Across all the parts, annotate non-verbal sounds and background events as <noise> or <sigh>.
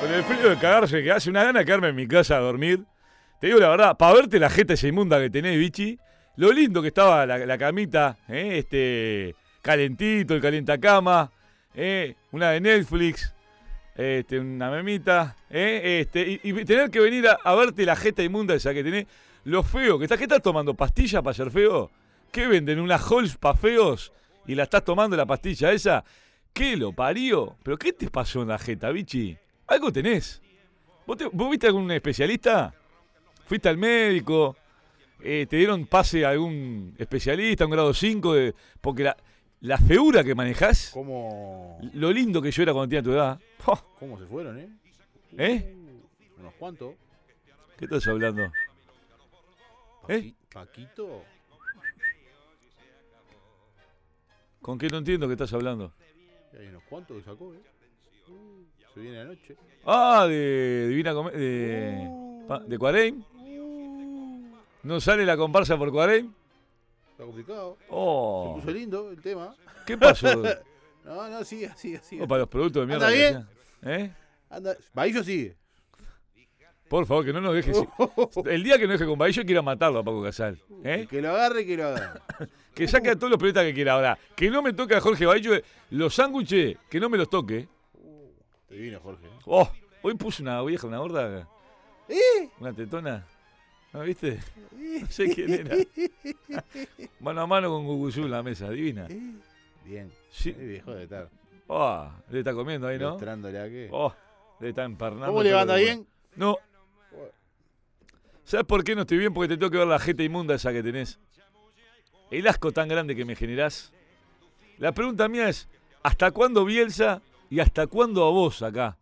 Con el frío de cagarse que hace, una gana de quedarme en mi casa a dormir. Te digo la verdad, para verte la jeta esa inmunda que tenés, bichi, lo lindo que estaba la, la camita, ¿eh? este calentito, el calientacama, ¿eh? una de Netflix, este, una memita, ¿eh? este, y, y tener que venir a, a verte la jeta inmunda esa que tenés, lo feo que estás, ¿qué estás tomando? ¿Pastilla para ser feo? ¿Qué venden? ¿Unas Halls para feos? ¿Y la estás tomando la pastilla esa? ¿Qué lo parió? ¿Pero qué te pasó en la jeta, bichi? ¿Algo tenés? ¿Vos, te- vos viste a algún especialista? ¿Fuiste al médico? Eh, ¿Te dieron pase a algún especialista, un grado 5? De, porque la, la feura que manejás, ¿Cómo, lo lindo que yo era cuando tenía tu <laughs> edad. cómo se fueron, eh? ¿Eh? Uh, unos cuantos. ¿Qué estás hablando? ¿Eh? Paqui- Paquito. ¿Con qué no entiendo que estás hablando? y Hay unos cuantos que sacó, eh. Uh, se viene anoche. Ah, de Divina Come- de, Eh, pa- de Cuareim. ¿No sale la comparsa por Cuareim? Está complicado. Se Oh, puso lindo el tema. ¿qué <laughs> pasó? No, no, sigue, sigue, sigue. Oh, para los productos de mierda. ¿Anda que bien? hacían. ¿Eh? Anda, Bahillo sigue. Por favor, que no nos dejes. <laughs> Oh. El día que nos deje con Bahía, yo quiero matarlo a Paco Casal. ¿eh? Que lo agarre, que lo agarre. Que saque a todos los periodistas que quiera ahora. Que no me toque a Jorge Baillo los sándwiches, que no me los toque. Divino, Jorge. Oh, hoy puse una vieja, una gorda, ¿Eh? una tetona. ¿No viste? No sé quién <laughs> era. Mano a mano con Guguzú en la mesa, divina. ¿Eh? Bien. Sí. Eh, viejo de estar. Oh, le está comiendo ahí, ¿no? Mostrándole a qué. Oh, le está empernando. ¿Cómo le todo va, lo anda que- bien? No. ¿Sabes por qué no estoy bien? Porque te tengo que ver la jeta inmunda esa que tenés. El asco tan grande que me generás. La pregunta mía es, ¿hasta cuándo Bielsa y hasta cuándo a vos acá?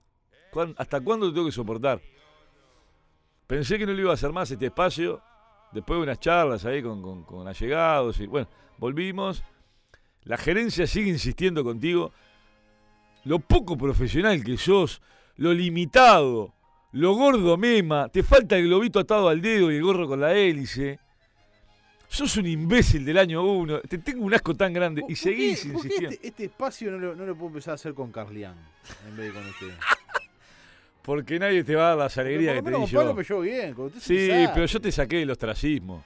¿Cuán- ¿Hasta cuándo te tengo que soportar? Pensé que no le iba a hacer más este espacio. Después de unas charlas ahí con, con- con allegados y bueno, volvimos. La gerencia sigue insistiendo contigo. Lo poco profesional que sos, lo limitado, lo gordo mema, te falta el globito atado al dedo y el gorro con la hélice. Sos un imbécil del año uno, te tengo un asco tan grande ¿Por- y por seguís qué- por qué insistiendo. este, este espacio no lo, no lo puedo empezar a hacer con Carlián en vez de con usted? Porque nadie <laughs> te va a dar las alegrías que Pero te por lo di menos con Pablo yo. me llevo bien. con usted Sí, sabe. pero yo te saqué del ostracismo.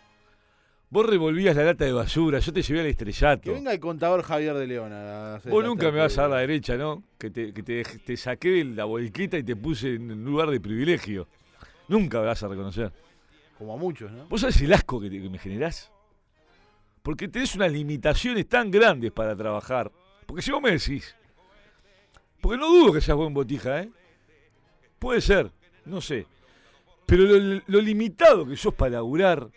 Vos revolvías la lata de basura, yo te llevé al Que estrellato. venga el contador Javier de León a hacer Vos la nunca me vas a dar la entrevista. derecha, ¿no? Que te, que te, te saqué de la vuelquita y te puse en un lugar de privilegio. Nunca me vas a reconocer. Como a muchos, ¿no? ¿Vos sabés el asco que, te- que me generás? Porque tenés unas limitaciones tan grandes para trabajar. Porque si vos me decís. Porque no dudo que seas buen botija, ¿eh? Puede ser, no sé. Pero lo, lo limitado que sos para laburar.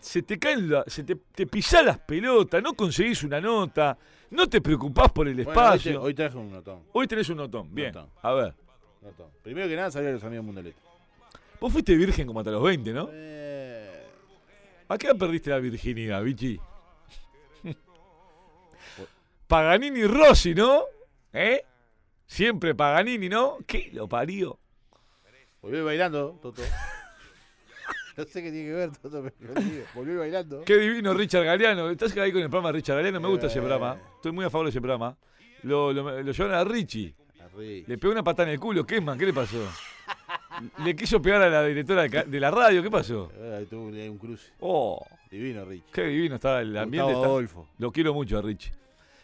Se te caen la- se te, te pisás las pelotas, no conseguís una nota, no te preocupás por el Bueno, hoy, espacio. te- hoy, hoy traje un notón. tenés un notón, bien. Notón. A ver. notón. Primero que nada, salir a los amigos Mundelete. Vos fuiste virgen como hasta los 20, ¿no? Eh, ¿A qué edad perdiste la virginidad, Vichy? <laughs> Paganini y Rossi, ¿no? ¿Eh? Siempre Paganini, ¿no? ¿Qué lo parió? volvió bailando, Toto. <laughs> no sé qué tiene que ver, Toto, pero digo, volvió bailando. Qué divino Richard Galeano. Estás ahí con el programa de Richard Galeano. Me gusta ese Eh. programa. Estoy muy a favor de ese programa. Lo, lo, lo llevaron a Richie. Arri. Le pegó una patada en el culo. Kesman, ¿qué le pasó? Le quiso pegar a la directora de ca- de la radio. ¿Qué pasó? Ahora Eh, tuvo un- un cruce. Oh, Divino, Rich. qué divino está el ambiente. Gustavo está- Adolfo. Lo quiero mucho a Richie.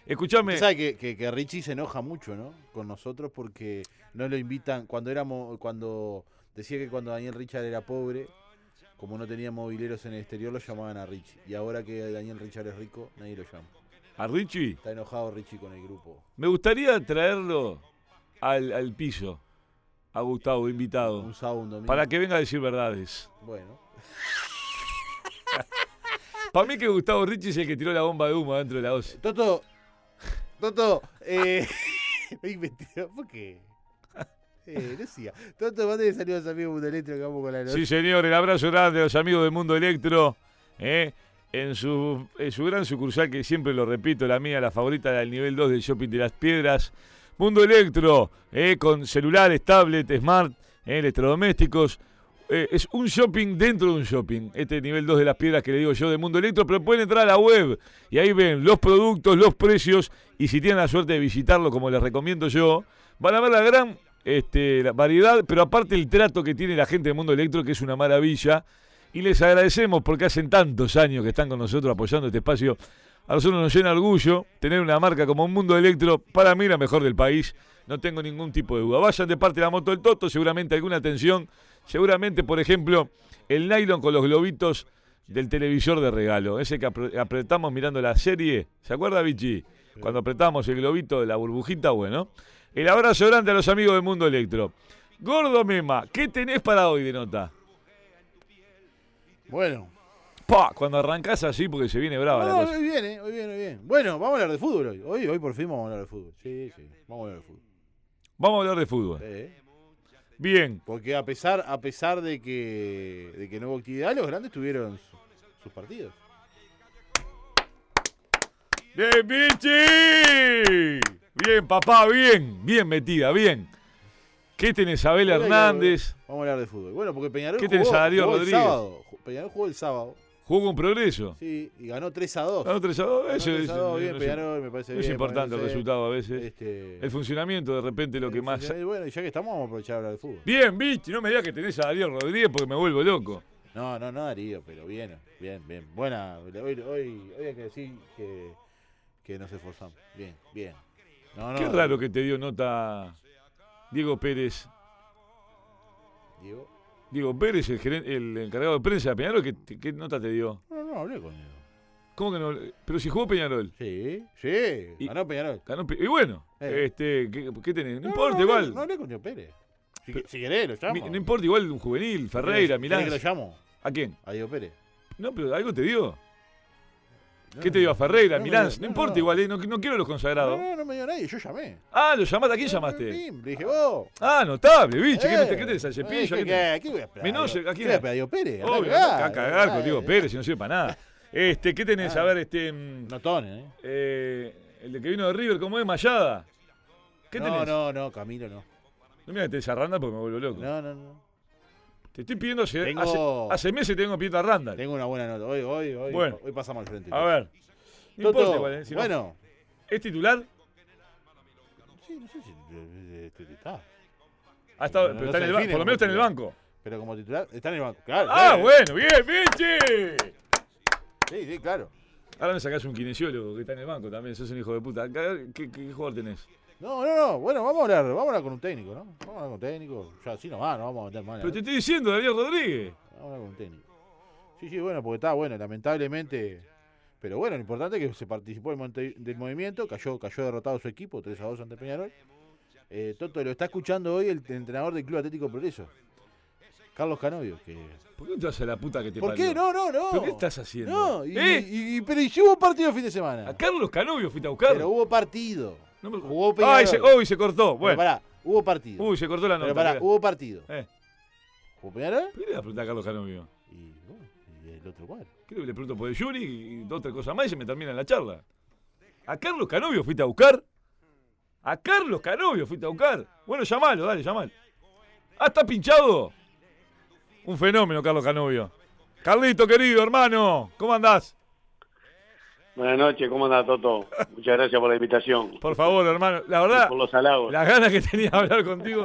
Escuchame. Usted sabe que, que, que Richie se enoja mucho, ¿no? Con nosotros porque no lo invitan. Cuando éramos, cuando decía que cuando Daniel Richard era pobre, como no tenía mobileros en el exterior, lo llamaban a Richie. Y ahora que Daniel Richard es rico, nadie lo llama. A Richie. Está enojado Richie con el grupo. Me gustaría traerlo al, al piso, a Gustavo, invitado, Un sábado, un domingo. para que venga a decir verdades. Bueno. Para mí que Gustavo Richie es el que tiró la bomba de humo dentro de la OSI. Toto, Toto, eh. <laughs> me inventó, ¿Por qué? Eh, no siga. Toto, mandé saludos a los amigos de Electro que vamos con la noche. Sí, señor, el abrazo grande a los amigos del Mundo Electro, ¿eh? en, su, en su gran sucursal, que siempre lo repito, la mía, la favorita del nivel 2 del Shopping de las Piedras. Mundo Electro, ¿eh? con celulares, tablets, smart, ¿eh? electrodomésticos. Eh, es un shopping dentro de un shopping. Este nivel 2 de las piedras que le digo yo de Mundo Electro, pero pueden entrar a la web y ahí ven los productos, los precios y si tienen la suerte de visitarlo como les recomiendo yo, van a ver la gran este, la variedad, pero aparte el trato que tiene la gente del mundo electro, que es una maravilla. Y les agradecemos porque hacen tantos años que están con nosotros apoyando este espacio. A nosotros nos llena orgullo tener una marca como Mundo Electro, para mí la mejor del país. No tengo ningún tipo de duda. Vayan de parte de la moto del Toto, seguramente alguna atención. Seguramente, por ejemplo, el nylon con los globitos del televisor de regalo. Ese que apre- apretamos mirando la serie. ¿Se acuerda, Vichy? Cuando apretamos el globito de la burbujita, bueno. El abrazo grande a los amigos de Mundo Electro. Gordo Mema, ¿qué tenés para hoy de nota? Bueno. Pa, cuando arrancás así porque se viene brava la No, cosa. hoy bien, eh, hoy bien, hoy bien. Bueno, vamos a hablar de fútbol hoy. Hoy, hoy por fin vamos a hablar de fútbol. Sí, sí, vamos a hablar de fútbol. Vamos a hablar de fútbol. Sí. ¿eh? Bien, Porque a pesar, a pesar de que, de que no hubo actividad, los grandes tuvieron su- sus partidos. ¡Bien, Vichy! Bien, papá, bien. Bien metida, bien. ¿Qué tenés, Abel Hola, Hernández? Vamos a hablar de fútbol. Bueno, porque Peñarol ¿Qué jugó, tenés a Darío jugó el Rodríguez? sábado. Ju- Peñarol jugó el sábado, Jugó con progreso. sí, y ganó 3 a 2. Ganó 3 a 2, Ganó Ah, Eso 3 es, a 2, bien, no sé, Peñarol, me parece es bien. importante el ponerse, resultado a veces. Este, El funcionamiento de repente es lo que el más... funcionario- Bueno, y ya que estamos, vamos a aprovechar a hablar de fútbol. Bien, Vichy, no me digas que tenés a Darío Rodríguez porque me vuelvo loco. No, no, no, Darío, pero bien, bien, bien. Buena, hoy, hoy, hoy hay que decir que, que nos esforzamos. Bien, bien. No, no, Qué raro que te dio nota Diego Pérez. Diego. Diego Pérez, el, geren- el encargado de prensa de Peñarol, ¿qué, te- qué nota te dio? No, no, hablé con Diego. ¿Cómo que no? Pero si jugó Peñarol. Sí, sí, Y- ganó Peñarol. Ganó Pe- y bueno, Eh. este, ¿qué, qué tenés? No, no, importa no, igual. No, no hablé con Diego Pérez. Si, si querés, lo llamo. Mi- no importa igual un juvenil, Ferreira, ¿Querés- Milán. querés que lo llamo? ¿A quién? A Diego Pérez. No, pero algo te dio. No, ¿Qué no, te dio a Ferreira, no, Milán? no, No, no, importa no. Eh. igual, eh, no, no quiero los No, consagrados. no, no me dio nadie, yo llamé. Ah, lo llamaste, ¿a quién Pim, llamaste? Le dije, vos. Ah, notable, bicho. ¿Qué, eh, te- ¿Qué tenés al eh, cepillo? ¿qué- ¿Qué tenés? ¿Qué voy a esperar? Menos, ¿a ¿Qué quién? voy a esperar a Diego Pérez? Andá Obvio, cagar, no, a cagar andá, con Diego eh. Pérez, si no sirve para nada. Este, ¿qué tenés? Ah. A ver, este. mm, Notones, ¿eh? eh, el de que vino de River, ¿cómo es? Mayada. ¿Qué no, tenés? No, no, no, Camilo no. me digas que tenés a Randall porque me vuelvo loco. No, no, no. Te estoy pidiendo hace, Tengo- Eh, hace, hace meses tengo pidiendo a Randall. Tengo una buena nota. Hoy, hoy, hoy. Bueno. Hoy pasamos al frente. A ver. No Toto, importa igual, eh, si no- bueno. ¿Es titular? Sí, no sé si eh, eh, está. Ha estado- No, pero no está se en el banco, define por lo menos está en el como Eh. banco. Pero como titular, está en el banco. Claro. Ah, claro. bueno, bien, Vinci. Sí, sí, claro. Ahora me sacás un kinesiólogo que está en el banco también, sos un hijo de puta. ¿Qué, qué- qué jugador Eh. tenés? No, no, no. Bueno, vamos a hablar, vamos a hablar con un técnico, ¿no? Vamos a hablar con un técnico. Ya así nomás, no vamos a meter mal. Pero te estoy diciendo, Darío Rodríguez. Vamos a hablar con un técnico. Sí, sí, bueno, porque está bueno, lamentablemente. Pero bueno, lo importante es que se participó del, monte- del movimiento, cayó, cayó derrotado su equipo, 3 a 2 ante Peñarol. Eh, Toto, lo está escuchando hoy el entrenador del Club Atlético Progreso, Carlos Canovio. Que... ¿Por qué no te vas a la puta que te ¿Por parió? qué? No, no, no. ¿Pero qué estás haciendo? No, y, ¿Eh? y- y- pero y sí hubo partido el fin de semana. A Carlos Canovio fuiste a buscar. pero hubo partido. No me- Jugó Peñarol. Ay, se, uy, se cortó. Pero Bueno. pará, hubo partido. Uy, se cortó la pero nota. pará, uh. mirá. hubo partido. Eh. Jugó Peñarol ¿Por qué le das preguntar a Carlos Canovio? y, bueno, y el otro cuadro. Creo que le pregunto por el Yuri y dos tres cosas más y se me termina la charla. ¿A Carlos Canovio fuiste a buscar? ¿A Carlos Canovio fuiste a buscar? Bueno, llamalo, dale, llamalo. Ah, está pinchado. Un fenómeno, Carlos Canovio. Carlito, querido hermano, ¿cómo andás? Buenas noches, ¿cómo anda Toto? Muchas gracias por la invitación. Por favor, hermano. La y verdad, por los halagos. las ganas que tenía de hablar contigo.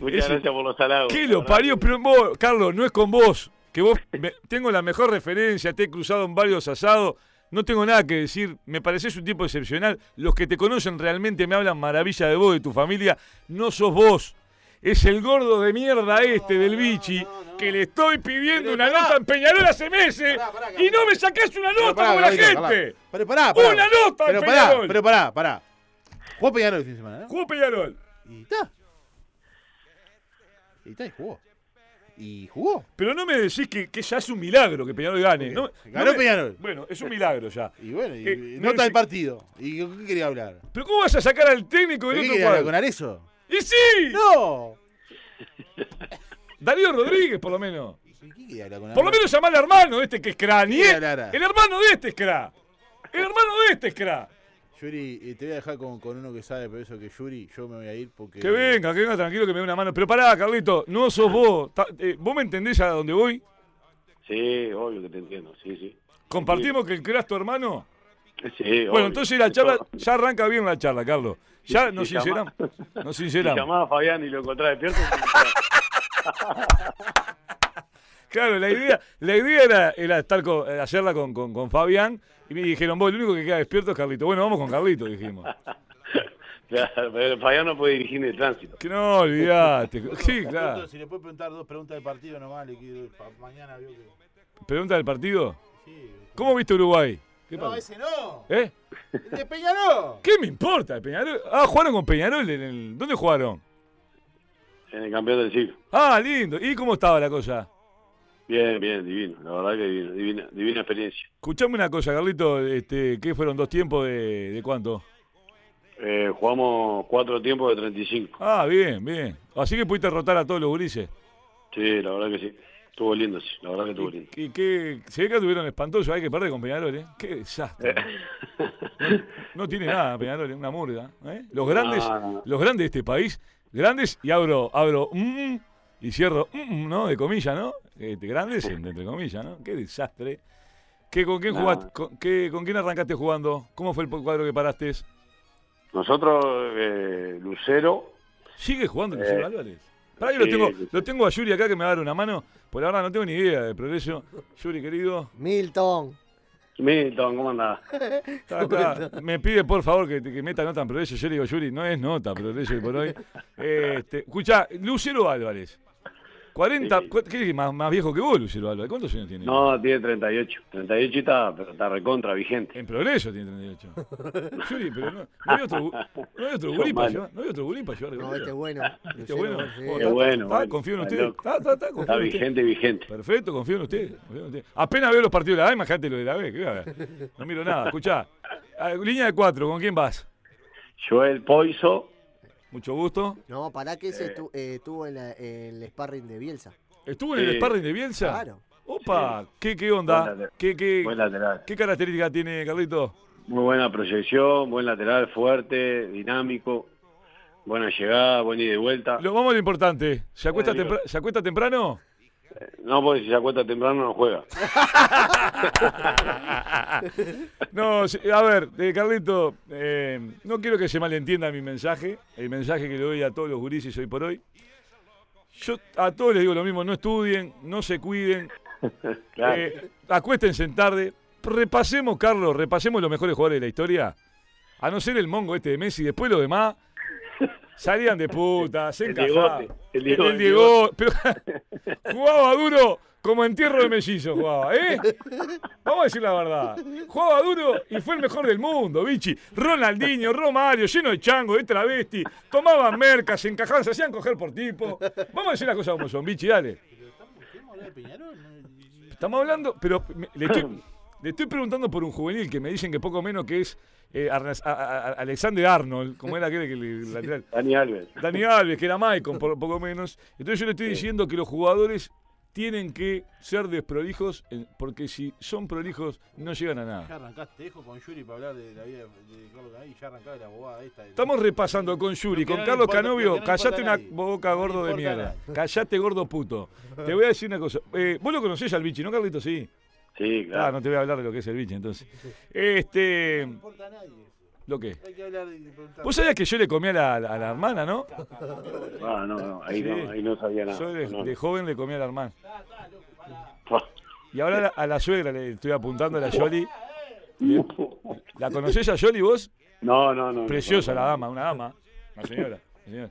Muchas ese- gracias por los halagos. ¿Qué la lo verdad parió? que- Pero vos, Carlos, no es con vos. Que vos me- tengo la mejor referencia, te he cruzado en varios asados. No tengo nada que decir, me pareces un tipo excepcional. Los que te conocen realmente me hablan maravilla de vos, de tu familia. No sos vos. Es el gordo de mierda este del bichi no, no. que le estoy pidiendo Pero una pará. nota en Peñarol hace meses Pará, pará, y no me sacás una nota como la gente. Pero pará, pará. Una nota pero en pará, Peñarol. pero pará, pará. Jugó Peñarol el fin de semana, ¿no? Jugó Peñarol. Y está. Y está, y jugó. Y jugó. Pero no me decís que, que ya es un milagro que Peñarol gane. No- Ganó no me- Peñarol. Bueno, es un milagro ya. Y bueno, y, Eh, y no nota sé- del partido. ¿Y con qué quería hablar? ¿Pero cómo vas a sacar al técnico ¿Con del qué otro quería hablar? cuadro? ¿Con Arezo? ¡Y sí! ¡No! Darío Rodríguez, por lo menos. ¿Y qué quería hablar con Por lo Arezo? menos llama al hermano de este que es cra. Ni Sí, es- Lara. el hermano de este es cra. El hermano de este es cra. Yuri, eh, te voy a dejar con, con uno que sabe, pero eso que Yuri, yo me voy a ir porque. Que venga, que venga tranquilo, que me dé una mano. Pero pará, Carlito, no sos vos. Ta- eh, ¿Vos me entendés a dónde voy? Sí, obvio que te entiendo, sí, sí. ¿Compartimos que el cra es tu hermano? Sí, Bueno, obvio. entonces la charla, Todo. ya arranca bien la charla, Carlos. Ya Sí, nos sí, llamá. sinceramos. <laughs> Nos Si sinceramos. llamaba a Fabián y lo encontraba despierto. <laughs> Claro, la idea, la idea era, era estar con- eh, hacerla con, con, con Fabián y me dijeron, vos, el único que queda despierto es Carlito. Bueno, vamos con Carlito, dijimos. claro, pero Fabián no puede dirigir el tránsito. Que no, olvidaste. Sí, claro. Si le puedes preguntar dos preguntas del partido nomás, le quiero. pa- mañana vio que. Pregunta del partido. Sí. ¿Cómo viste Uruguay? ¿Qué No, pasó? ese no. ¿Eh? El de Peña no. ¿Qué me importa? Peñarol. Ah, jugaron con Peñarol en el. ¿Dónde jugaron? En el campeón del siglo. Ah, lindo. ¿Y cómo estaba la cosa? Bien, bien, divino. La verdad que divino. Divina, divina experiencia. Escuchame una cosa, Carlito. Este, ¿Qué fueron dos tiempos de, de cuánto? Eh, jugamos cuatro tiempos de 35. Ah, bien, bien. Así que pudiste rotar a todos los gurises. Sí, la verdad que sí. Estuvo lindo, sí. La verdad que estuvo lindo. Y que se ve que tuvieron espantoso, hay que perder con Peñarol, ¿eh? Qué desastre. No, no tiene nada Peñarol, es una murga. ¿eh? Los grandes, No, no. los grandes de este país, grandes y abro, abro mm, y cierro mm, ¿no? De comillas, ¿no? Este, grandes entre comillas, ¿no? Qué desastre. ¿Qué, con, quién No. jugaste, con, qué- ¿Con quién arrancaste jugando? ¿Cómo fue el cuadro que paraste? Nosotros, eh, Lucero, ¿Sigue jugando Eh, Lucero Álvarez? Pará que lo sí, tengo, sí. lo tengo a Yuri acá que me va a dar una mano. Por ahora no tengo ni idea de progreso. Yuri, querido. Milton. Milton, ¿cómo andás? Está acá. Me pide por favor que, que meta nota en progreso. Yo le digo, Yuri, no es nota progreso hoy por hoy. Este, escuchá, Lucero Álvarez. 40, Sí. cu- ¿qué es más, más viejo que vos, Lucero Álvarez? ¿Cuántos años tiene? No, tiene 38. 38 y está, pero está recontra, vigente. En progreso tiene 38. Yuri, pero no, no hay otro, gu- no hay otro gurí para malo. llevar. No hay otro gurí para llevar. de No, golero. este es bueno. Este es bueno. Oh, Lucero, sí. está- bueno, está, bueno. confío en Está ustedes. loco. Está, está, está, confío Está en ustedes. vigente, vigente. Perfecto, confío en usted. confío en usted. Apenas veo los partidos de la A, imagínate lo de la B. que voy a ver. No miro nada. Escuchá, ah, línea de cuatro, ¿con quién vas? Joel Poiso, Mucho gusto. No, pará que ese estu- eh, estuvo en la- el sparring de Ah. Bielsa. ¿Estuvo en el Sí. sparring de Bielsa? Claro. Opa, ¿qué, qué Buen onda? lateral. ¿Qué, qué, buen lateral. ¿Qué característica tiene Carlito? Muy buena proyección, buen lateral, fuerte, dinámico, buena llegada, buena ida y vuelta. Lo vamos a lo importante. ¿Se acuesta, Ah. Bueno, tempra- ¿se acuesta temprano? No, porque si se acuesta temprano no juega. No, se- a ver, eh, Carlito, eh, no quiero que se malentienda mi mensaje, el mensaje que le doy a todos los gurises hoy por hoy. Yo a todos les digo lo mismo, no estudien, no se cuiden, Claro. Eh, acuéstense en tarde. Repasemos, Carlos, repasemos los mejores jugadores de la historia. A no ser el mongo este de Messi, después los demás salían de puta, se El encajaban. bigote, el bigote, el el Diego, pero <laughs> jugaba duro como entierro de mellizo jugaba, ¿eh? Vamos a decir la verdad. Jugaba duro y fue el mejor del mundo, bichi. Ronaldinho, Romario, lleno de chango, de travesti. Tomaban mercas, se encajaban, se hacían coger por tipo. Vamos a decir las cosas como son, bichi, dale. ¿Queremos hablar de Peñarol? No. Estamos hablando, pero me- le <clears throat> estoy, le estoy preguntando por un juvenil que me dicen que poco menos que es eh, Arnas- a- a- a- Alexander Arnold, como era aquel que <laughs> le- lateral. Dani Alves. Dani Alves, que era Maicon, por poco menos. Entonces yo le estoy diciendo que los jugadores tienen que ser desprolijos, en- porque si son prolijos no llegan a Ya nada. arrancaste, dejo con Yuri para hablar de la vida de de Carlos Canavio y ya arrancaba la bobada esta. de- Estamos repasando con Yuri, Lo que con no le Carlos importa- lo Canovio. que no le Callate importa a una nadie. boca No le gordo de importa a mierda. nadie. Callate gordo puto. <laughs> Te voy a decir una cosa. Eh, Vos lo conocés al bichi, ¿no, Carlito? Sí. Sí, Ah, claro. no te voy a hablar de lo que es el bichi, entonces. Este. No importa a nadie. eso. ¿Lo qué? Hay que hablar de- de preguntar. Vos sabías que yo le comí a la, a la hermana, ¿no? Ah, no, no, ahí, Sí. no ahí no sabía nada. Yo de, No, no. de joven le comí a la hermana. Fua. Y ahora a la, a la suegra le estoy apuntando a la Yoli. Le- ¿La conocés a Yoli vos? <laughs> No, no, no. no. Preciosa la dama, una dama. Una señora. una señora.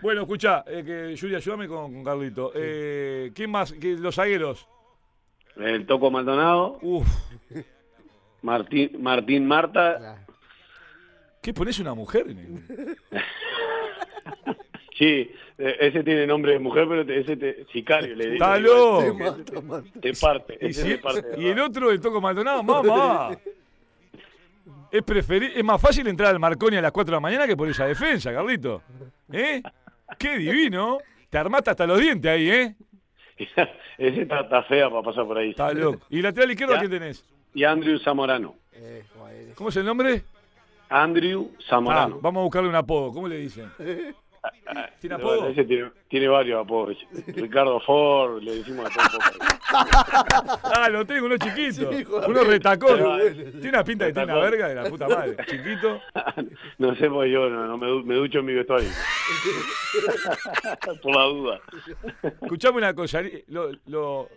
Bueno, escuchá, eh, que Yuri, ayúdame con, con Carlito. Eh, ¿Quién más? Que los zagueros. El Toco Maldonado, Uf. Martín, Martín Marta. Claro. ¿Qué pones una mujer en el- Sí, eh, ese tiene nombre de mujer, pero te- ese te, sicario le dice. ¡Está loco! Te mato, mato. Te parte. Y, ese si- te parte, y el otro, el Toco Maldonado, mamá. Es, preferi- es más fácil entrar al Marconi a las 4 de la mañana que por esa defensa, Carlito. ¿Eh? ¡Qué divino! Te armaste hasta los dientes ahí, ¿eh? <laughs> Ese está, está fea para pasar por ahí. Está loco. ¿Y lateral izquierdo Ya. a quién tenés? Y Andrew Zamorano. Eh, joder. ¿Cómo es el nombre? Andrew Ah, Zamorano. vamos a buscarle un apodo. ¿Cómo le dicen? ¿Tiene Pero bueno, apodo? ese tiene, tiene varios apodos. Ricardo Ford, le decimos a todo un poco. Ah, lo tengo, uno chiquito. Sí, joder. uno retacón. Pero Tiene una pinta que tiene una Retacón. verga de la puta madre. Chiquito. <laughs> No sé, porque yo no, no me, du- me ducho en mi <laughs> vestuario. Por la duda. Escuchame una cosa. Ari- Lo, lo-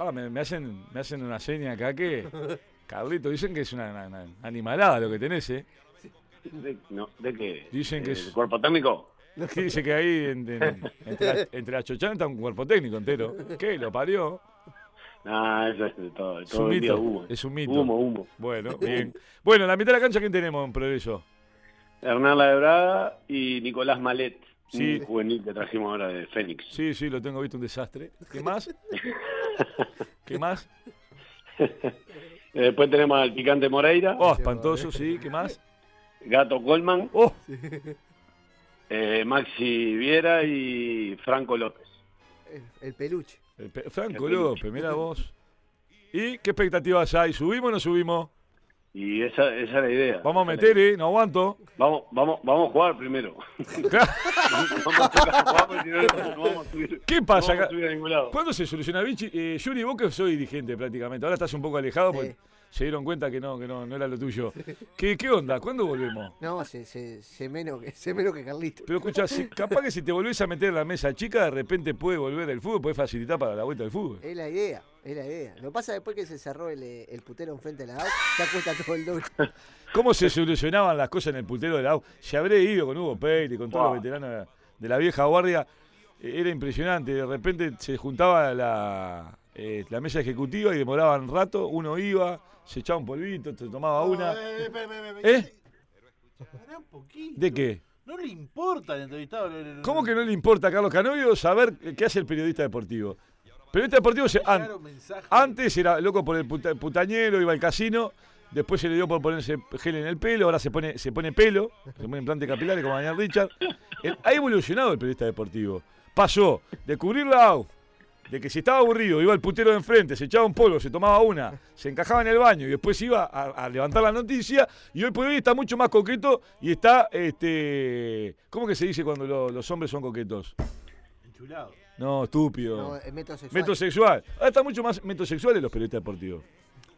Ah, me, me hacen, me hacen una seña acá que. Carlito, dicen que es una, una- una animalada lo que tenés, ¿eh? ¿De, no, ¿de qué? Dicen que Eh, es- ¿Cuerpo técnico? Que dice que ahí en- en- entre, la, entre la chochana está un cuerpo técnico entero. ¿Qué? ¿Lo parió? Ah, eso es de todo. Es todo un el día mito. humo. Es un mito. Humo, humo. Bueno, bien. Bueno, la mitad de la cancha, ¿quién tenemos en progreso? Hernán Ladebrada y Nicolás Malet. Sí. Un juvenil que trajimos ahora de Fénix. Sí, sí, lo tengo visto un desastre. ¿Qué más? ¿Qué más? Eh, Después tenemos al Picante Moreira, Oh, espantoso, sí. ¿Qué más? Gato Coleman, Oh, eh, Maxi Viera y Franco López. El, el peluche. el pe- Franco López, mira vos. ¿Y qué expectativas hay? ¿Subimos o no subimos? Y esa, esa es la idea. Vamos a Esa es meter, la idea. ¿eh? No <laughs> aguanto. Vamos, vamos, vamos a jugar primero. <laughs> vamos a jugar, vamos, si no, no- no vamos a subir. ¿Qué pasa No acá? vamos a subir a ningún lado. ¿Cuándo se soluciona Vichy? Eh, Yuri, vos que soy dirigente prácticamente. Ahora estás un poco alejado porque Sí. se dieron cuenta que no, que no, no era lo tuyo. ¿Qué, ¿Qué onda? ¿Cuándo volvemos? No, se, se, se menos que, <laughs> se menos que Carlito. Pero escucha, si- capaz que si te volvés a meter en la mesa chica, de repente puede volver el fútbol, puede facilitar para la vuelta del fútbol. Es la idea, es la idea. Lo pasa después que se cerró el, eh, el putero enfrente de la AU, ya cuesta todo el doble. ¿Cómo se solucionaban las cosas en el pultero de la U? Se habré ido con Hugo Peire, con todos Wow. los veteranos de la- de la vieja guardia. Eh, Era impresionante. De repente se juntaba la, eh, la mesa ejecutiva y demoraban rato. Uno iba, se echaba un polvito, se tomaba una. ¿Eh? Pará un poquito. ¿De qué? No le importa al entrevistado. no- no- ¿Cómo que no le importa a Carlos Canovio saber qué hace el periodista deportivo? Periodista deportivo "Ah, se, an- Claro, mensaje. Antes era loco por el puta- putañero, iba al casino, después se le dio por ponerse gel en el pelo, ahora se pone, se pone pelo, se pone implante capilar como Daniel Richard. El- ha evolucionado el periodista deportivo. Pasó de cubrir la AU, de que si estaba aburrido, iba al putero de enfrente, se echaba un polo, se tomaba una, se encajaba en el baño y después iba a, a levantar la noticia. Y hoy por hoy está mucho más coqueto y está, este, ¿cómo que se dice cuando lo- los hombres son coquetos? Enchulado. No, estúpido. No, es metrosexual. Metrosexual. Ahora está mucho más metrosexual en los periodistas deportivos.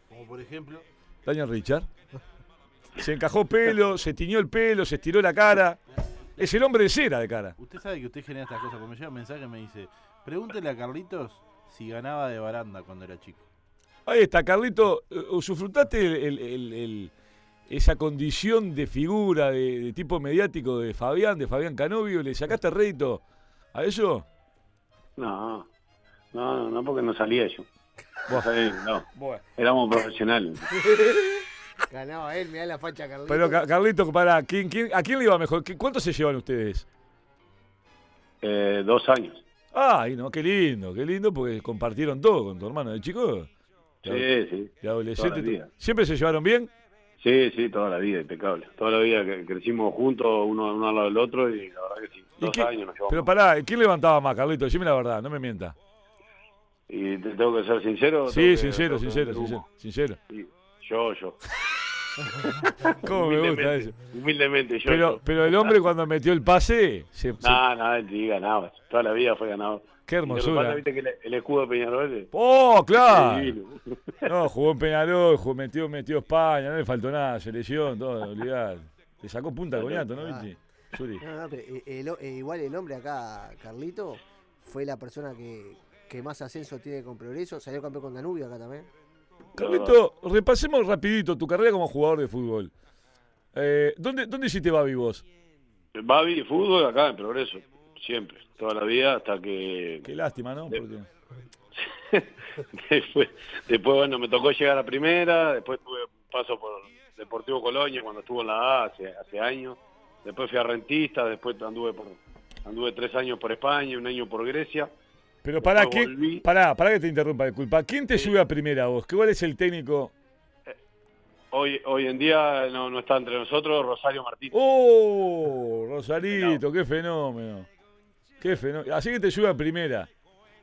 Como por ejemplo. Daniel Richard. Se encajó pelo, se tiñó el pelo, se estiró la cara. Es el hombre de cera de cara. Usted sabe que usted genera estas cosas. Porque me llega un mensaje y me dice: Pregúntele a Carlitos si ganaba de baranda cuando era chico. Ahí está, Carlito. eh, ¿Usufrutaste el- el- el- el- esa condición de figura, de, de tipo mediático de Fabián, de Fabián Canovio? ¿Le sacaste rédito a eso? No, no, no, no, porque no salía yo. Buah. No, salía de ningún lado. Bueno. Éramos profesionales. Ganaba él, mirá la facha Carlito. Pero Ca- Carlito, para, ¿quién, quién- a quién le iba mejor? ¿Qué- ¿Cuántos se llevan ustedes? Eh, dos años. Ay, no, qué lindo, qué lindo, porque compartieron todo con tu hermano de chico. Sí, sí. De adolescente. Toda la tú- vida. ¿Siempre se llevaron bien? Sí, sí, toda la vida, impecable. Toda la vida que crecimos juntos, uno, uno al lado del otro, y la verdad que sí. ¿Y Dos qué- años nos llevamos. Pero pará, ¿quién levantaba más, Carlito? Dime la verdad, no me mienta. ¿Y te tengo que ser sincero? Sí, Tengo que- sincero, tengo que sincero, ser humo. sincero, sincero. Sí, Yo, yo. ¿Cómo me gusta Humildemente, eso? humildemente yo. Pero, yo. pero el hombre cuando metió el pase, se- se- No, no, sí, ganaba. Toda la vida fue ganado. qué Y lo que pasa, hermosura. viste que el, el escudo de Peñarol es ¡Oh, claro! divino. No, jugó en Peñarol, jugó- metió, metió España, no le faltó nada, selección, todo, <laughs> olvidar. Le sacó punta al coñato, ¿no, Vichy? Yuri. Ah. No, no, pero eh, el ho- eh, igual el hombre acá, Carlito, fue la persona que, que más ascenso tiene con Progreso. Salió campeón con Danubio acá también. Carlito, repasemos rapidito tu carrera como jugador de fútbol. Eh, ¿dónde, ¿Dónde hiciste Babi vos? Babi, fútbol acá en progreso. Siempre. Toda la vida hasta que. Qué lástima, ¿no? Porque- <laughs> después, después, bueno, me tocó llegar a primera. Después tuve un paso por Deportivo Colonia cuando estuvo en la A hace, hace años. Después fui a Rentista. Después anduve por. Anduve tres años por España, un año por Grecia. Pero para Después que, volví. para, para que te interrumpa, disculpa. ¿Quién te sube a primera vos? ¿Cuál es el técnico? Hoy, hoy en día no, no está entre nosotros Rosario Martínez. ¡Oh! Rosarito, qué fenómeno. Qué fenómeno. Así que te sube a primera.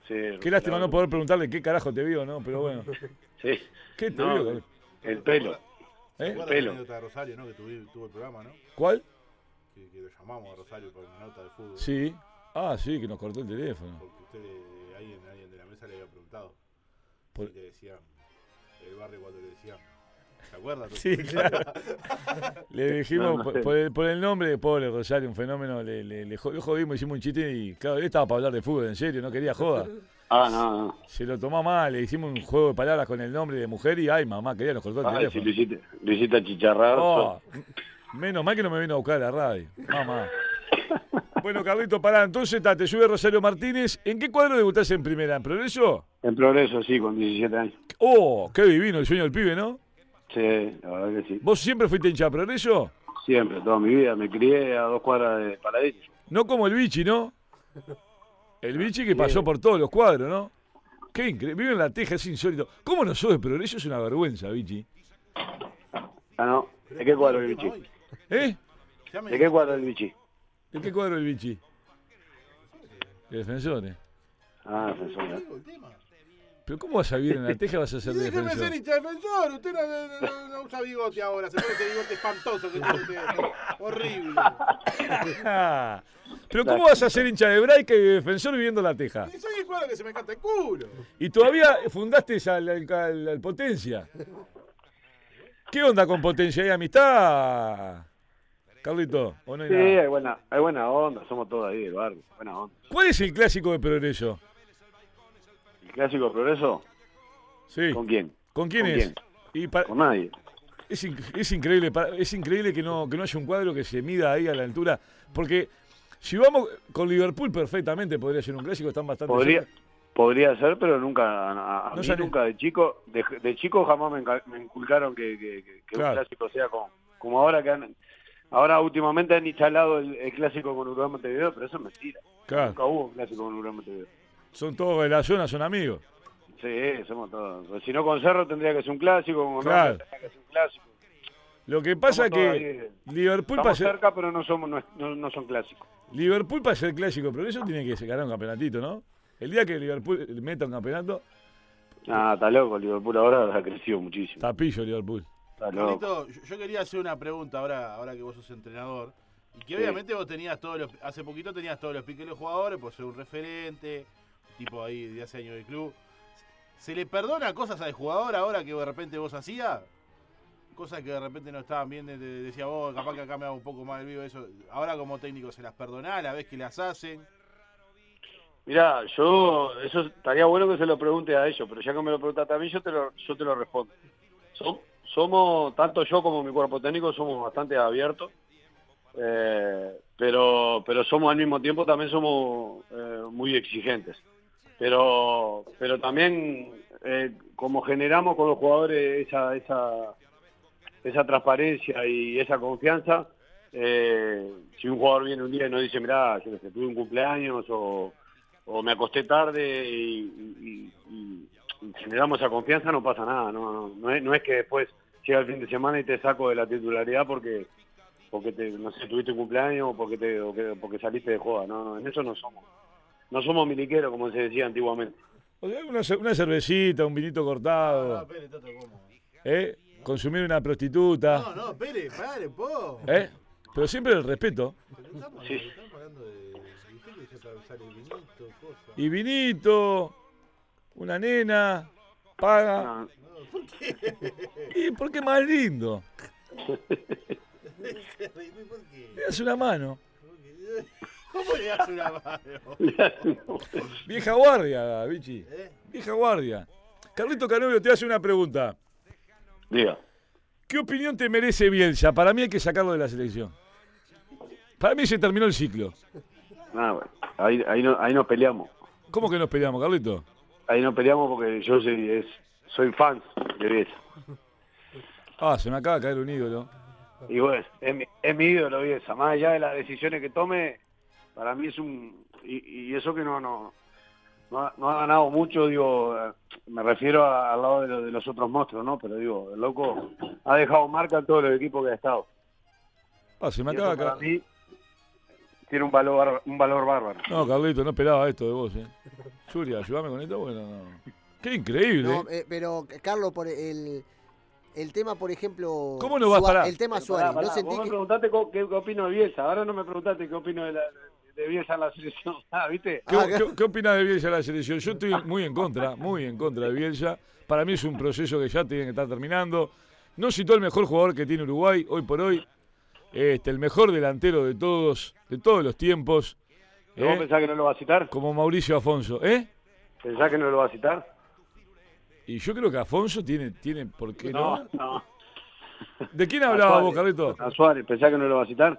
Sí, Qué lástima claro. no poder preguntarle qué carajo te vio, ¿no? Pero <laughs> bueno. Sí, ¿Qué te No, vio? el pelo. ¿Eh? Guarda la pelo. anécdota de Rosario, ¿no? Que tuve, tuvo el programa, ¿no? ¿Cuál? Que que, que lo llamamos a Rosario para una nota de fútbol. Sí. Ah, sí, que nos cortó el teléfono. Porque usted, le- alguien, alguien de la mesa le había preguntado. Por- Y le decía, el barrio cuando le decía, ¿se acuerda? Sí, <laughs> claro. Le dijimos, No, no por- sé. por, el, por el nombre de pobre Rosario, un fenómeno, le, le- le jo- lo jodimos, hicimos un chiste y, claro, él estaba para hablar de fútbol, en serio, no quería joda. <laughs> Ah, no, no. Se lo tomó mal, le hicimos un juego de palabras con el nombre de mujer y, ay, mamá, quería, nos cortó el Ay, si teléfono. lo hiciste, lo hiciste achicharrar, Oh, menos mal que no me vino a buscar a la radio. Mamá. Bueno, Carlito, pará, entonces ta, te sube Rosario Martínez. ¿En qué cuadro debutaste en primera? ¿En Progreso? En progreso, sí, con 17 años. Oh, qué divino el sueño del pibe, ¿no? Sí, la verdad que sí. ¿Vos siempre fuiste hincha de Progreso? Siempre, toda mi vida. Me crié a dos cuadras de Paradiso. No como el bichi, ¿no? El bichi que pasó por todos los cuadros, ¿no? Qué increíble. Vive en la teja, es insólito. ¿Cómo no sos de progreso? Es una vergüenza, bichi. Ah, no. ¿De qué cuadro el bichi? ¿Eh? Ya me ¿De qué cuadro el bichi? ¿De qué cuadro el bichi? De defensores. Ah, defensor. digo el tema. ¿Pero cómo vas a vivir en la teja vas a ser Y déjeme ser defensor? hincha defensor, usted no, no- no- no usa bigote ahora, se pone ese bigote espantoso que tiene usted, horrible. Ah, <laughs> ¿Pero cómo vas a ser hincha de Braica y de defensor viviendo en la teja? Y soy el cuadro que se me canta el culo. Y todavía fundaste al, al- al- al Potencia. ¿Qué onda con Potencia? ¿Hay amistad? Carlito, ¿o no hay Sí, nada? hay buena, hay buena onda. Somos todos ahí del barrio. Buena onda. ¿Cuál es el clásico de Progreso? ¿El clásico de progreso? Sí. ¿Con quién? ¿Con quién con es? quién? Y para- Con nadie. es, inc- es increíble, para- es increíble que no, que no haya un cuadro que se mida ahí a la altura. Porque si vamos con Liverpool perfectamente podría ser un clásico, están bastante Podría, cerca. podría ser, pero nunca, a, a No mí sale. nunca de chico, de, de chico jamás me, enca- me inculcaron que, que- que- que Claro. un clásico sea como, como ahora que han, ahora últimamente han instalado el, el clásico con Uruguay Montevideo, pero eso es mentira. Claro, Nunca hubo un clásico con Uruguay Montevideo. son todos de la zona, son amigos. Sí, somos todos. Pues si no con Cerro tendría que ser un clásico, con Claro. Racing tendría que ser un clásico. Lo que pasa es Estamos que todos Liverpool para, Estamos ser, cerca, pero no somos no, es- no- no son clásicos. Liverpool para ser clásico de Progreso tiene que ganar un campeonatito, ¿no? El día que Liverpool meta un campeonato, Ah, está loco, Liverpool ahora <laughs> ha crecido muchísimo. tapillo Liverpool. Está loco. Carlito, yo yo quería hacer una pregunta ahora, ahora que vos sos entrenador. Y que Sí. obviamente vos tenías todos los. Hace poquito tenías todos los piques de los jugadores por ser un referente, tipo ahí de hace años del club. ¿Se le perdona cosas al jugador ahora que de repente vos hacías? Cosas que de repente no estaban bien, de- de- decía vos, capaz que acá me hago un poco más el vivo, eso. Ahora como técnico se las perdonás, la vez que las hacen. Mirá, yo, eso estaría bueno que se lo pregunte a ellos, pero ya que me lo preguntaste a mí, yo te lo, yo te lo respondo. Som- somos, tanto yo como mi cuerpo técnico, somos bastante abiertos, eh, pero, pero somos al mismo tiempo también somos eh, muy exigentes. Pero, pero también, eh, como generamos con los jugadores esa, esa, esa transparencia y esa confianza, eh, si un jugador viene un día y nos dice, mirá, yo no sé, tuve un cumpleaños o, o me acosté tarde y, y- y- y generamos esa confianza, no pasa nada. No, no, no es, no es que después llega el fin de semana y te saco de la titularidad porque porque te, no sé, tuviste un cumpleaños o porque, te, o que- porque saliste de joda. No, no, en eso no somos. No somos miliqueros, como se decía antiguamente. O sea, una, ce- una cervecita, un vinito No, cortado, Pérez, Toto, ¿cómo? ¿eh? consumir una prostituta, No, no, Pérez, pare, po. ¿eh? pero siempre el respeto. Pero Estamos, Sí. estamos hablando de. ¿Viste que ya sabe- sale el vinito, cosas? Y vinito, una nena, paga. No, No, ¿Por qué? Y porque más <laughs> lindo. ¿Por qué? Le das una mano. ¿Cómo le das una mano? Vieja guardia, bichi. ¿Eh? Vieja guardia. Carlito Canovio te hace una pregunta. diga. ¿Qué opinión te merece Bielsa? Para mí hay que sacarlo de la selección. Para mí se terminó el ciclo. Ah, bueno. ahí, ahí, no, ahí nos peleamos. ¿Cómo que nos peleamos, Carlito? Ahí nos peleamos porque yo soy, es, soy fan de Bielsa. Ah, se me acaba de caer un ídolo. Y bueno, es mi, es mi ídolo Bielsa. Más allá de las decisiones que tome, para mí es un... Y, y eso que no, no, no, ha, no ha ganado mucho, digo, eh, me refiero a- al lado de, lo- de los otros monstruos, ¿no? Pero digo, el loco ha dejado marca en todos los equipos que ha estado. Ah, se me Y acaba eso de para caer. mí tiene un valor, bar- un valor bárbaro. No, Carlito, no esperaba esto de vos, ¿eh? Yuri, ayúdame con esto. Bueno, no. Qué increíble. No, ¿eh? eh, pero Carlos, por el, el tema, por ejemplo. ¿Cómo no vas a Sua- parar? El tema Pero Suárez. pará, pará, ¿No sentí vos me que- preguntaste co- qué, qué opino de Bielsa. Ahora no me preguntaste qué opino de, la, de Bielsa en la selección. <laughs> Ah, ¿viste? ¿Qué, Ah, acá. qué- qué opina de Bielsa la selección? Yo estoy muy en contra, muy en contra de Bielsa. Para mí es un proceso que ya tiene que estar terminando. No citó el mejor jugador que tiene Uruguay hoy por hoy. Este, el mejor delantero de todos, de todos los tiempos. ¿Pero ¿Vos ¿eh? pensás que no lo va a citar? Como Mauricio Afonso, ¿eh? ¿Pensás que no lo va a citar? Y yo creo que Afonso tiene, tiene ¿por qué no? <laughs> no. ¿De quién hablaba A vos, Suárez. Carlito? A Suárez, ¿pensás que no lo va a citar?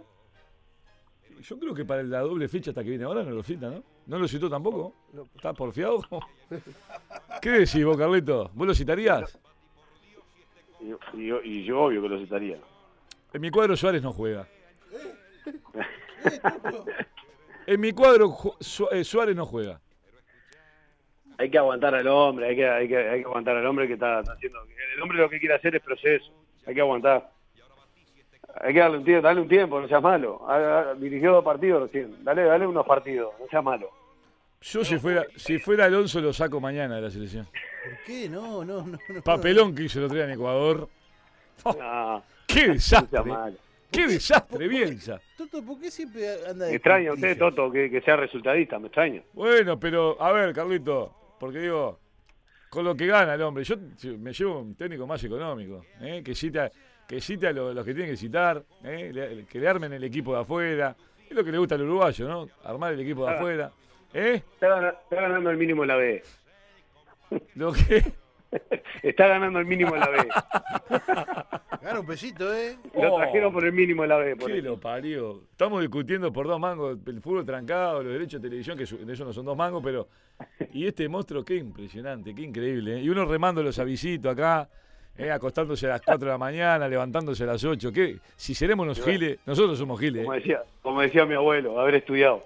Yo creo que para la doble fecha hasta que viene ahora no lo cita, ¿no? ¿No lo citó tampoco? ¿Está porfiado? <laughs> ¿Qué decís vos, Carlito? ¿Vos lo citarías? Y, y- y yo obvio que lo citaría. En mi cuadro Suárez no juega. En mi cuadro Ju- Su- eh, Suárez no juega. Hay que aguantar al hombre, hay que, hay que, hay que aguantar al hombre que está, está haciendo. El hombre lo que quiere hacer es proceso, hay que aguantar. Hay que darle un tiempo, darle un tiempo, no seas malo. Ha- ha- Dirigió dos partidos recién, dale, dale unos partidos, no seas malo. Yo si fuera, si fuera Alonso lo saco mañana de la selección. ¿Por qué? No, no, no. no. Papelón que hizo el otro día en Ecuador. Oh. No, ¡Qué no desastre! seas malo. ¡Qué desastre, Bielsa! Toto, ¿por qué siempre anda de Me extraña usted, puntillas? Toto, que, que sea resultadista, me extraña. Bueno, pero a ver, Carlito, porque digo, con lo que gana el hombre, yo si- me llevo un técnico más económico, ¿eh? que cita, que cita a lo- los, que tienen que citar, ¿eh? Le- que le armen el equipo de afuera. Es lo que le gusta al uruguayo, ¿no? Armar el equipo de Ah. afuera. ¿Eh? Está, gana- está ganando el mínimo en la B. Lo que. Está ganando el mínimo en <laughs> la B. Gana un pesito, ¿eh? <laughs> Lo Oh. trajeron por el mínimo en la B. por ¿Qué eso. lo parió? Estamos discutiendo por dos mangos el fútbol trancado, los derechos de televisión, que su- de eso no son dos mangos, pero. Y este monstruo, qué impresionante, qué increíble. ¿eh? Y uno remando los avisitos acá, ¿eh? acostándose a las 4 de la mañana, levantándose a las 8. ¿qué? Si seremos unos giles, nosotros somos giles. Como ¿eh? decía, como decía mi abuelo, haber estudiado.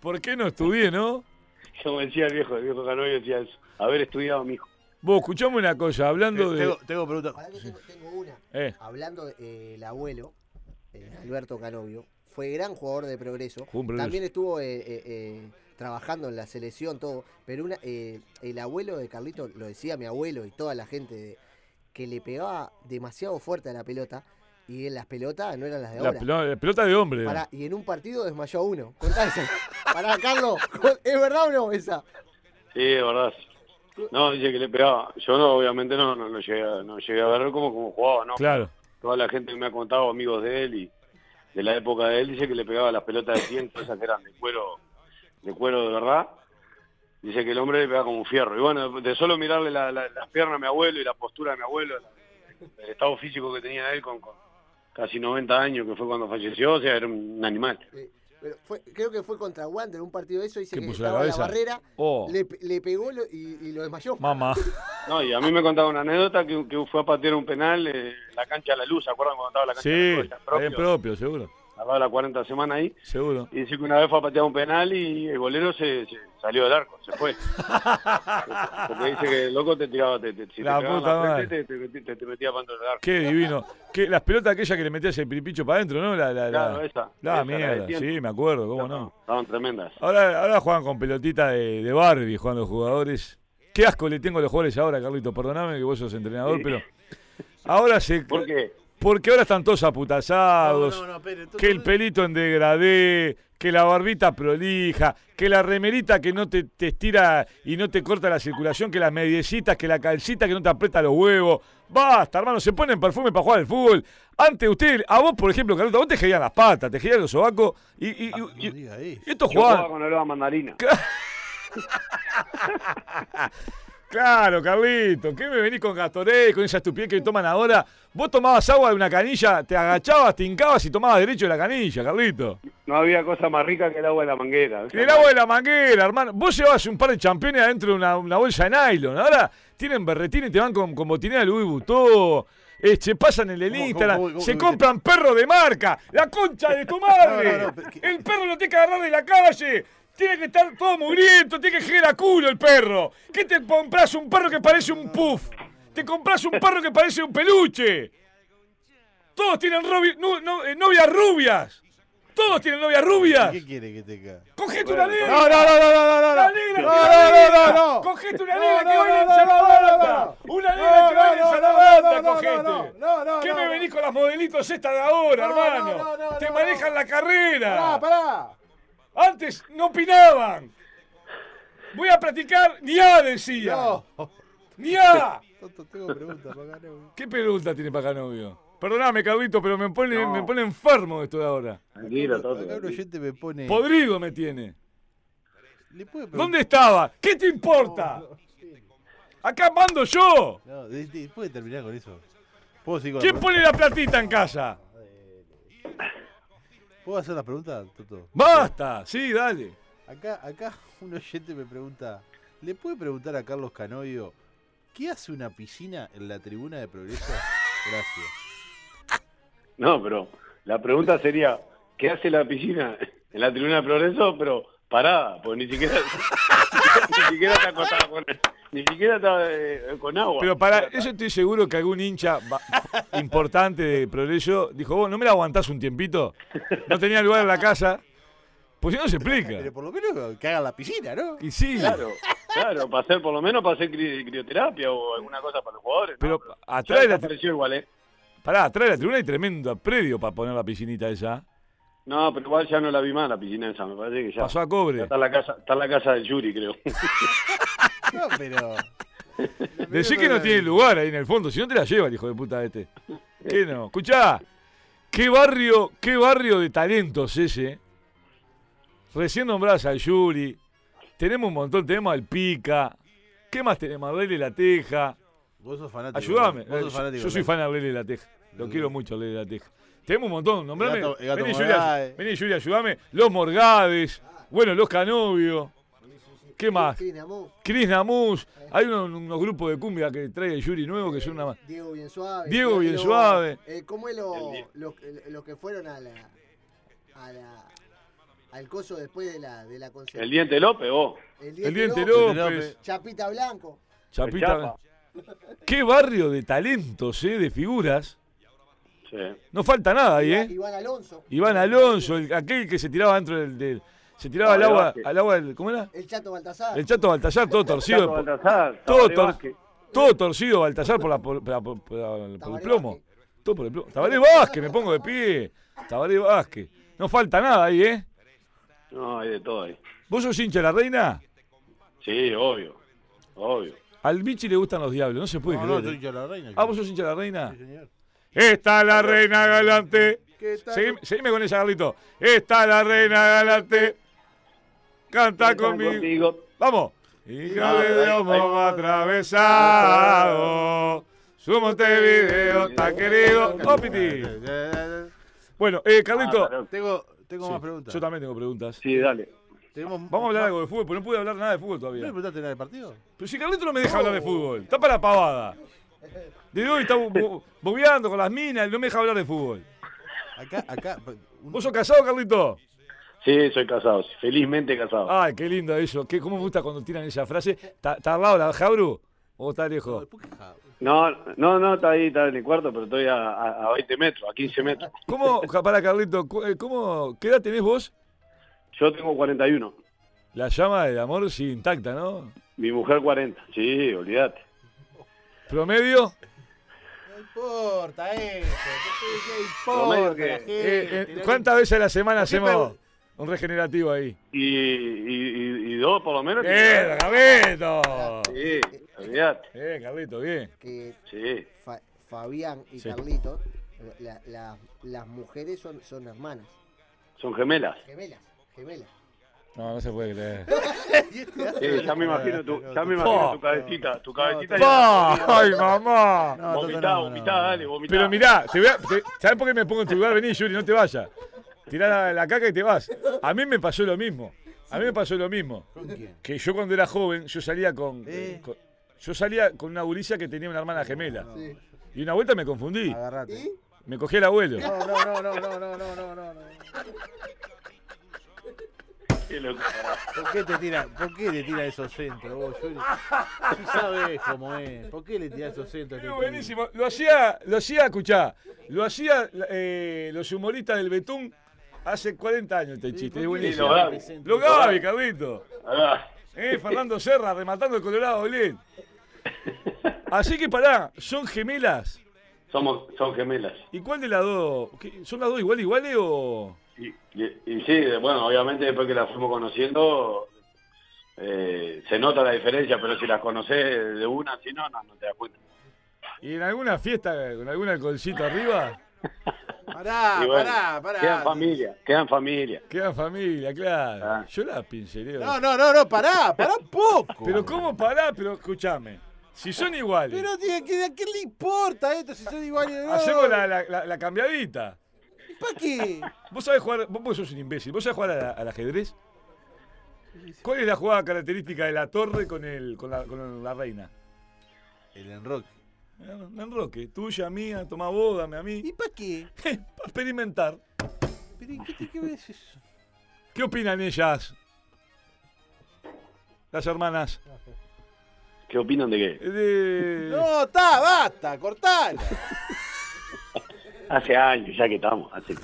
¿Por qué no estudié, no? Como decía el viejo, el viejo Canoyo decía eso, haber estudiado, mijo. Vos, escuchame una cosa, hablando Te- de. Tengo, tengo preguntas. Pará que tengo, tengo una. Eh, Hablando del abuelo, eh, Alberto Canovio, fue gran jugador de progreso. Jugó en Progreso. También estuvo eh, eh, eh, trabajando en la selección, todo. Pero una, eh, el abuelo de Carlito, lo decía mi abuelo y toda la gente, de- que le pegaba demasiado fuerte a la pelota y en las pelotas no eran las de la, ahora. no, la pelota de hombre. era. Pará, y en un partido desmayó a uno. Contá <laughs> esa. Pará, Carlos, con- ¿es verdad o no esa? Sí, de verdad. No, dice que le pegaba. Yo no, obviamente no, no, no llegué, a- no llegué a verlo como, como jugaba, ¿no? Claro. Toda la gente que me ha contado, amigos de él y de la época de él, dice que le pegaba las pelotas de tiempo, esas que eran de cuero, de cuero de verdad. Dice que el hombre le pegaba como un fierro. Y bueno, de solo mirarle la- la- las piernas a mi abuelo y la postura de mi abuelo, la- el estado físico que tenía él con, con casi 90 años, que fue cuando falleció, o sea, era un animal. Eh, pero fue- creo que fue contra Wander, un partido de eso, dice ¿Qué que puso la estaba la, cabeza? barrera, Oh, le, pe- le pegó lo- y, y lo desmayó. mamá. No, y a mí me contaba una anécdota que, que fue a patear un penal eh, en la cancha de la luz, ¿se acuerdan cuando estaba la cancha Sí, de la luz? en Era propio, propio. propio, seguro. al lado de la 40 semana ahí. Seguro. Y dice que una vez fue a patear un penal y el bolero se, se salió del arco, se <laughs> fue. Porque dice que el loco te tiraba, te, te, si La te pegaban puta la madre. frente, te, te- te- te metía para dentro del arco. Qué divino. Que las pelotas aquellas que le metías el piripicho para adentro, ¿no? La, la, Claro, la, esa. la esa, de mierda, tiempo. sí, me acuerdo, cómo no. Ah, Estaban tremendas. Ahora, ahora juegan con pelotita de, de Barbie, juegan los jugadores. Qué asco le tengo a los jugadores ahora, Carlito, perdoname que vos sos entrenador, Sí. pero ahora <laughs> se... ¿Por qué? Porque ahora están todos aputazados. pero, Toto, Que el pelito en degradé, que la barbita prolija, que la remerita que no te, te estira y no te corta la circulación, que las mediecitas, que la calcita que no te aprieta los huevos. Basta, hermano, se ponen perfume para jugar al fútbol. Antes usted, a vos, por ejemplo, Carlota, vos te gerían las patas, te gerían los sobacos y, y, y- Ah, No y- diga eso. y estos Yo jugaba jugaban. con olor a mandarina. Claro, Carlito, ¿qué me venís con Gatorade, con esa estupidez que toman ahora? Vos tomabas agua de una canilla, te agachabas, te hincabas y tomabas derecho de la canilla, Carlito. No había cosa más rica que el agua de la manguera. Y El agua de la manguera, hermano. Vos llevabas un par de championes adentro de una, una bolsa de nylon. Ahora tienen berretines y te van con, con botinera de Louis Vuitton. Eh, se pasan en el ¿Cómo, Instagram. cómo, cómo, se cómo? compran perros de marca. La concha de tu madre. <laughs> No, no, no, pero que- el perro lo tiene que agarrar de la calle. Tiene que estar todo mugriento. Tiene que girar a culo el perro. ¿Qué te compras un perro que parece un puff? Te compras un perro que parece un peluche. Todos tienen robi- nu- no- eh, novias rubias. Todos tienen novia rubia. ¿Qué quiere que tenga? Cogete una negra. No, no, no, no, no, no, no. Una negra, No, que no, no, baile- no, no. Cogete una No, negra que no, baile en no, Salavanta. no, no. Una negra que No, baile en no, no, Salavanta, no, no, cogete. no, no, no, ¿Qué no, me no. venís con las modelitos estas de ahora, No, hermano? no, no, no, Te no, manejan no. la carrera. Pará, pará. Antes no opinaban. Voy a practicar ni A decía. No. Ni A. Tonto, tengo preguntas para acá, no. ¿Qué pregunta tiene Pacanovio? Perdóname, Carlito, pero me pone, No. me pone enfermo esto de ahora. Tranquilo, Toto, Acá un tranquilo. oyente me pone. Podrido me tiene. ¿Le puede preguntar? ¿Dónde estaba? ¿Qué te importa? Acá mando yo. No, de- de- puede terminar con eso. ¿Puedo seguir con ¿Quién la pone la platita en casa? pregunta? ¿Puedo hacer las preguntas, Toto? Basta. Sí, dale. Acá, acá <laughs> un oyente me pregunta, ¿le puede preguntar a Carlos Canoio qué hace una piscina en la tribuna de progreso? Gracias. No, pero la pregunta sería, ¿qué hace la piscina en la tribuna de progreso? Pero parada, porque ni siquiera, <laughs> ni siquiera está acostada con, ni siquiera está eh, con agua. Pero para eso estoy seguro que algún hincha <laughs> va- importante de Progreso dijo, vos no me la aguantás un tiempito. No tenía lugar en la casa. Pues si no se Pero explica. por lo menos que hagan la piscina, ¿no? Y sí, Claro, claro, para hacer, por lo menos para hacer cri- crioterapia o alguna cosa para los jugadores. pero ¿no? atrás de Ya la, tri- desapareció igual, ¿eh? pará, atrás de la tribuna hay tremendo predio para poner la piscinita esa. No, pero igual ya no la vi más la piscina esa, me parece que ya, Pasó a ya cobre. está en la casa, está en la casa del Yuri, creo. No, pero... <laughs> Decí que no tiene lugar ahí en el fondo, si no te la lleva el hijo de puta este. ¿Qué no? Escuchá, qué barrio, qué barrio de talentos ese. eh. Recién nombrás al Yuri. Tenemos un montón, tenemos al Pica. ¿Qué más tenemos? A Aurelio La Teja. Vos sos fanático. Ayúdame. Vos Eh, Yo, sos fanático. yo soy fan de Aurelio La Teja. Lo Mm. quiero mucho, Aurelio La Teja. Tenemos un montón, nombrame. El gato- el gato vení, Yuri, Morgade. ayu- vení, Yuri, ayúdame. Los Morgades. Bueno, los Canovio. ¿Qué más? Sí, Namú, Cris Namus, hay uno- unos grupos de cumbia que trae Yuri Nuevo que son una más. Diego Bien Suave. Diego Cómo es Bien lo- Suave. eh, ¿Cómo es El lo, Diego. lo- lo que fueron a la, a la- al coso después de la, de la concerta? El diente López, vos. El Diente Diente López, López, López. Chapita Blanco. El Chapita. Chapa. Qué barrio de talentos, eh, de figuras. Sí. No falta nada ahí, eh. Iván Alonso. Iván Alonso, el- aquel que se tiraba dentro del. del- se tiraba Ah, al de agua, básquet. al agua del. ¿Cómo era? El Chato Baltasar. El chato Baltasar, todo torcido. Tato por- Baltazar, todo, Tabaré tor- Vázquez. todo torcido Baltasar por, la, por, por la- por- por la- por el Tabaré plomo. Vázquez. Todo por el plomo. Tabaré Vázquez, me pongo de pie. Tabaré Vázquez. No falta nada ahí, eh. No, hay de todo ahí. ¿Vos sos hincha de la reina? Sí, obvio. Obvio. Al bichi le gustan los diablos, no se puede No, creer. no, soy eh. yo la reina. Ah, vos sos hincha de la reina. Sí, señor. Está la reina galante. ¿Qué tal? Seguime, seguime con ella, Carlito. Está la reina galante. Canta Están conmigo. contigo. Vamos. Hija de Ahí, Dios, ahí. mamá atravesado. Su Montevideo está querido. Opiti. Bueno, eh, Ah, Carlito. pero- Tengo, tengo Sí, más preguntas. Yo también tengo preguntas. Sí, dale. Tenemos- Vamos a hablar algo de fútbol, porque no pude hablar nada de fútbol ¿No le todavía. preguntaste nada del partido? Pero si Carlito no me deja hablar de fútbol, está para la pavada. De hoy está bo- bo- bobeando con las minas, no me deja hablar de fútbol. Acá, acá. un- ¿Vos sos casado, Carlito? Sí, soy casado. sí, Felizmente casado. Ah. Ay, qué lindo eso. Qué, ¿Cómo me gusta cuando tiran esa frase? ¿Está está al lado la Jabru? ¿O está lejos? ¿Por qué? No, no, no, está ahí, está en el cuarto, pero estoy a, a- a 20 metros, a 15 metros. ¿Cómo, ja, para Carlito, cu- eh, ¿cómo, ¿qué edad tenés vos? Yo tengo 41. La llama del amor sigue intacta, ¿no? Mi mujer 40. Sí, olvídate. ¿Promedio? No importa eso. Oh, ¿Qué, Lo importa medio la que- Eh, eh, gente? ¿Cuántas veces a la semana ¿Por qué hacemos pregun- un regenerativo ahí? Y, y- y- y dos por lo menos. ¡Bien, Carlito! Sí, olvídate. Bien, Carlito, bien. Que Sí. Fa- Fabián y Sí. Carlitos, la- la- las mujeres son, son hermanas. Son gemelas. Gemelas, gemelas. No, no se puede creer. Sí, ya me imagino tu, ya me imagino tu cabecita. Tu cabecita. Pa, ¡Ay, mamá! No, Toto, Vomitá, no, no, vomitá, no. dale, vomitá. Pero mirá, te voy a- te- ¿sabés por qué me pongo en tu lugar? Vení, Yuri, no te vayas. Tirá la, la caca y te vas. A mí me pasó lo mismo. A mí me pasó lo mismo. ¿Con quién? Que yo cuando era joven, yo salía con. Eh. con- yo salía con una gurisa que tenía una hermana Ah, gemela. Sí. Y una vuelta me confundí. Agarrate. ¿Y? Me cogí al abuelo. No, no, no, no, no, no, no, no, no, no. Qué locura. ¿Por qué te tira, por qué le tira esos centros vos, Yuri? Sí sabés cómo es. ¿Por qué le tira esos centros? a Pero este buenísimo. Lo hacía, lo hacía, escuchá, lo hacía eh, los humoristas eh, del Betún Hace 40 años este chiste, es tiene buenísimo. lo Gaby. Lo Gaby, Carlito. Ah, Eh, Fernando Serra rematando el Colorado, Belén. Así que pará, son gemelas. somos, son gemelas. ¿Y cuál de las dos? ¿Qué- ¿Son las dos igual iguales o.? Y, y- y sí, bueno, obviamente después que las fuimos conociendo, eh, se nota la diferencia, pero si las conoces de una, si no, no, no te das cuenta. ¿Y en alguna fiesta con algún alcoholcito arriba? Pará, Y bueno, Ah, pará, pará. Quedan familia, quedan familia. Queda familia, claro. Ah. Yo la pinceleo. No, no, no, no, pará, pará un poco. Pero ¿cómo pará? Pero escúchame. Si son iguales, Pero tío, ¿qué, ¿a qué le importa esto si son iguales? <laughs> No. hacemos la, la- la- la cambiadita. ¿Para qué? Vos sabés jugar, vos, vos sos un imbécil, vos sabés jugar a la- al ajedrez. ¿Cuál es la jugada característica de la torre con, el, con, la, con la reina? El enroque. Un enroque, tuya, mía, toma vos, dame a ¿Y mí. <laughs> para qué? Para experimentar. ¿Pero ¿y qué te qué ves eso? ¿Qué opinan ellas? Las hermanas. ¿Qué opinan de qué? Eh, de- No, está, basta, cortala. Hace años ya que estamos, hace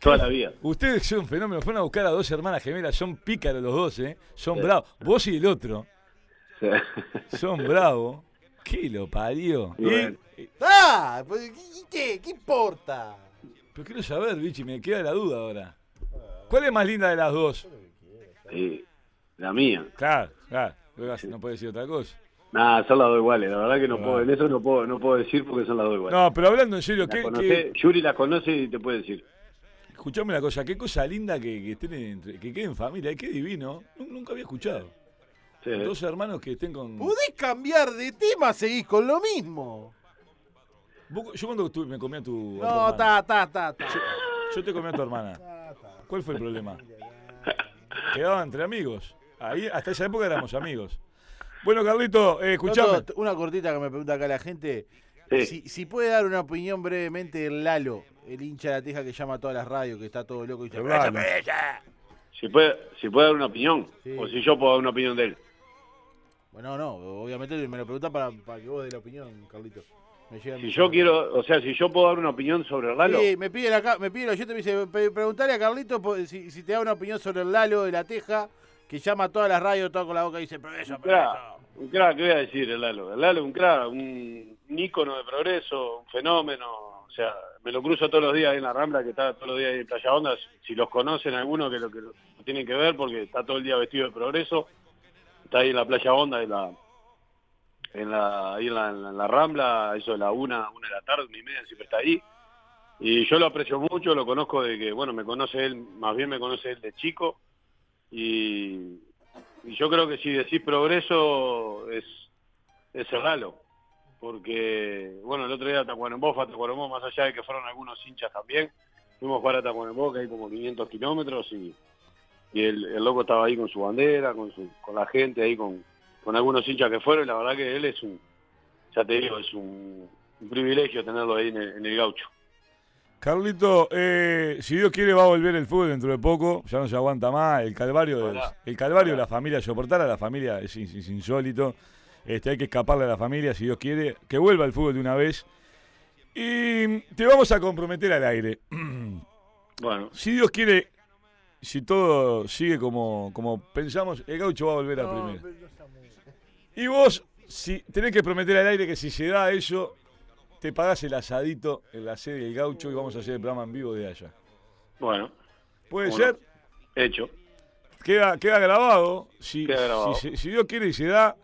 toda la vida. Ustedes son fenómenos. Fueron a buscar a dos hermanas gemelas. Son pícaros los dos, ¿eh? Son Sí. bravos. Vos y el otro. Sí. Son bravos. ¿Qué lo parió? Y bueno. Y- y- ¡Ah! pues, ¿y qué? ¿Qué importa? pero quiero saber, Vichy, me queda la duda ahora. ¿Cuál es más linda de las dos? Sí. La mía. Claro, claro. No puede decir otra cosa. Nada, son las dos iguales. La verdad que no Ah. puedo, en eso no puedo, no puedo decir porque son las dos iguales. No, pero hablando en serio, La ¿qué, conoce, qué- Yuri la conoce y te puede decir. escuchame una cosa, qué cosa linda que, que estén entre- que queden en familia, qué divino. Nu- Nunca había escuchado. Sí. Eh. Dos hermanos que estén con. ¿Podés cambiar de tema? Seguís con lo mismo. Vos- yo cuando estuve- me comí a tu. a tu No, hermana. está, está, está. está. Yo te comí a tu <laughs> hermana. ¿Cuál fue el problema? Quedaba entre amigos. Ahí, hasta esa época éramos amigos. Bueno, Carlito, eh, escuchame. Toto, una cortita que me pregunta acá la gente. Sí. Si, si puede dar una opinión brevemente del Lalo, el hincha de la teja que llama a todas las radios, que está todo loco y dice, El Lalo. "Esa pella". Si puede, si puede dar una opinión, Sí. o si yo puedo dar una opinión de él. Bueno, no, obviamente me lo pregunta para, para que vos dé la opinión, Carlito. Me llega Si mi- yo quiero, o sea, si yo puedo dar una opinión sobre el Lalo, Sí, me piden acá, me piden, yo te dice, "Pe- preguntale a Carlito po- si, si te da una opinión sobre el Lalo de la Teja, que llama a todas las radios, todo con la boca y dice, progreso, un crack, progreso. un crack, ¿qué voy a decir el Lalo? El Lalo es un crack, un, un ícono de progreso, un fenómeno. O sea, me lo cruzo todos los días ahí en la Rambla, que está todos los días ahí en Playa Ondas. Si los conocen algunos, que lo que lo tienen que ver, porque está todo el día vestido de progreso. Está ahí en la Playa Onda, en la, en la, ahí en la, en la Rambla, eso de la una, una de la tarde, una y media, siempre está ahí. Y yo lo aprecio mucho, lo conozco de que, bueno, me conoce él, más bien me conoce él de chico. Y, y yo creo que si decís progreso es, es el Lalo. Porque, bueno, el otro día Tacuarembó fue a Tacuarembó, más allá de que fueron algunos hinchas también. Fuimos a jugar a Tacuarembó, que hay como 500 kilómetros, y, y el, el loco estaba ahí con su bandera, con, su, con la gente, ahí con, con algunos hinchas que fueron. Y la verdad que él es un, ya te digo, es un, un privilegio tenerlo ahí en el, en el gaucho. Carlito, eh, si Dios quiere va a volver el fútbol dentro de poco, ya no se aguanta más, el calvario es- Ojalá. el calvario de Ojalá. la familia, soportar a la familia es, ins- es insólito, este, hay que escaparle a la familia si Dios quiere, que vuelva el fútbol de una vez. Y te vamos a comprometer al aire. Bueno, Si Dios quiere, si todo sigue como, como pensamos, el gaucho va a volver a primera. Y vos, si tenés que prometer al aire que si se da eso, te pagás el asadito en la sede del gaucho y vamos a hacer el programa en vivo de allá. bueno, ¿Puede Bueno. ser? hecho. Queda, queda grabado. Si, Queda grabado. Si, se- si Dios quiere y se da,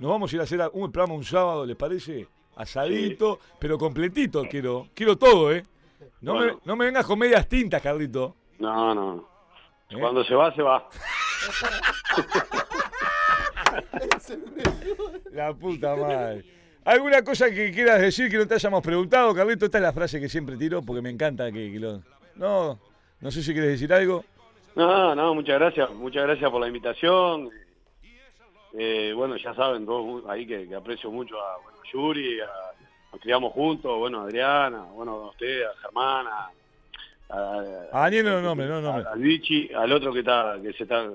nos vamos a ir a hacer un programa un sábado, ¿les parece? Asadito, pero completito quiero. Quiero todo, ¿eh? No, Bueno. me, no me vengas con medias tintas, Carlito. No, no, no. ¿eh? Cuando se va, se va. La puta madre. ¿Alguna cosa que quieras decir que no te hayamos preguntado, Carlito? Esta es la frase que siempre tiro porque me encanta que, que lo... No, no sé si quieres decir algo. No, no, muchas gracias, muchas gracias por la invitación. Eh, bueno, ya saben todos ahí que, que aprecio mucho a, bueno, a Yuri, a, nos criamos juntos, bueno, a Adriana, bueno, a usted, a Germán, a, a- A Daniel no lo nombre, no lo nombre. a- a Vichy, al otro que está, que se está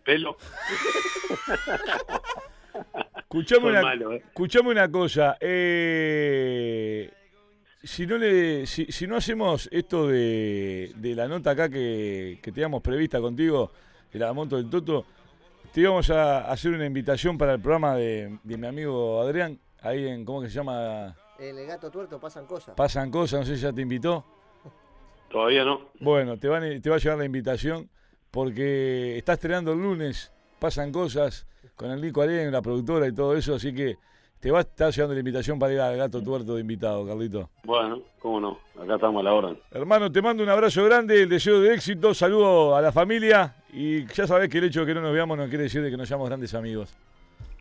<laughs> pelo. Escuchame Son una, malos, eh. escuchame una cosa. eh, si no le, si, si no hacemos esto de, de la nota acá que, que teníamos prevista contigo, de la moto del Toto, te íbamos a hacer una invitación para el programa de, de mi amigo Adrián, ahí en, ¿cómo que se llama? En el gato tuerto pasan cosas. Pasan cosas, no sé si ya te invitó. Todavía no. Bueno, te, van, te va a llegar la invitación porque está estrenando el lunes, pasan cosas con el Nico Alén, la productora y todo eso, así que te va a estar llegando la invitación para ir al gato tuerto de invitado, Carlito. Bueno, cómo no. Acá estamos a la hora. Hermano, te mando un abrazo grande, el deseo de éxito, saludo a la familia y ya sabes que el hecho de que no nos veamos no quiere decir de que no seamos grandes amigos.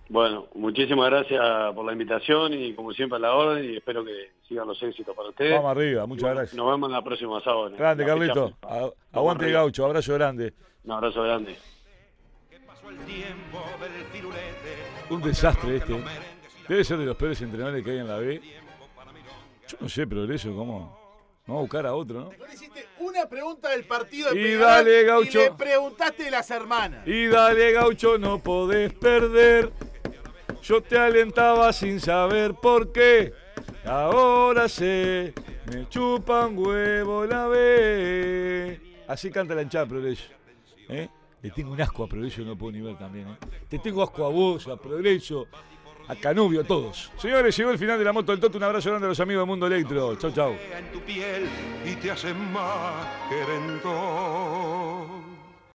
Bueno, muchísimas gracias por la invitación y como siempre a la orden y espero que sigan los éxitos para ustedes. Vamos arriba, Y muchas bueno, gracias. Nos vemos en la próxima sábado. en Grande, la Carlito. fecha. A- Aguante el arriba. gaucho, abrazo grande. Un abrazo grande. Pasó el tiempo del firulete. Un desastre este. ¿eh? Debe ser de los peores entrenadores que hay en la B. Yo no sé, progreso, ¿cómo? Vamos a buscar a otro, ¿no? No le hiciste una pregunta del partido de Y Peñarol dale, gaucho. Y le preguntaste de las hermanas. Y dale, gaucho, no podés perder. Yo te alentaba sin saber por qué. Ahora sé, me chupan huevo la B. Así canta la hinchada, Progreso. ¿Eh? Le tengo un asco a Progreso, no puedo ni ver también. ¿eh? Te tengo asco a vos, a Progreso, a Canubio, a todos. Señores, llegó el final de la moto del Toto. Un abrazo grande a los amigos de Mundo Electro. Chau, chau. En tu piel y te hacen más querendón.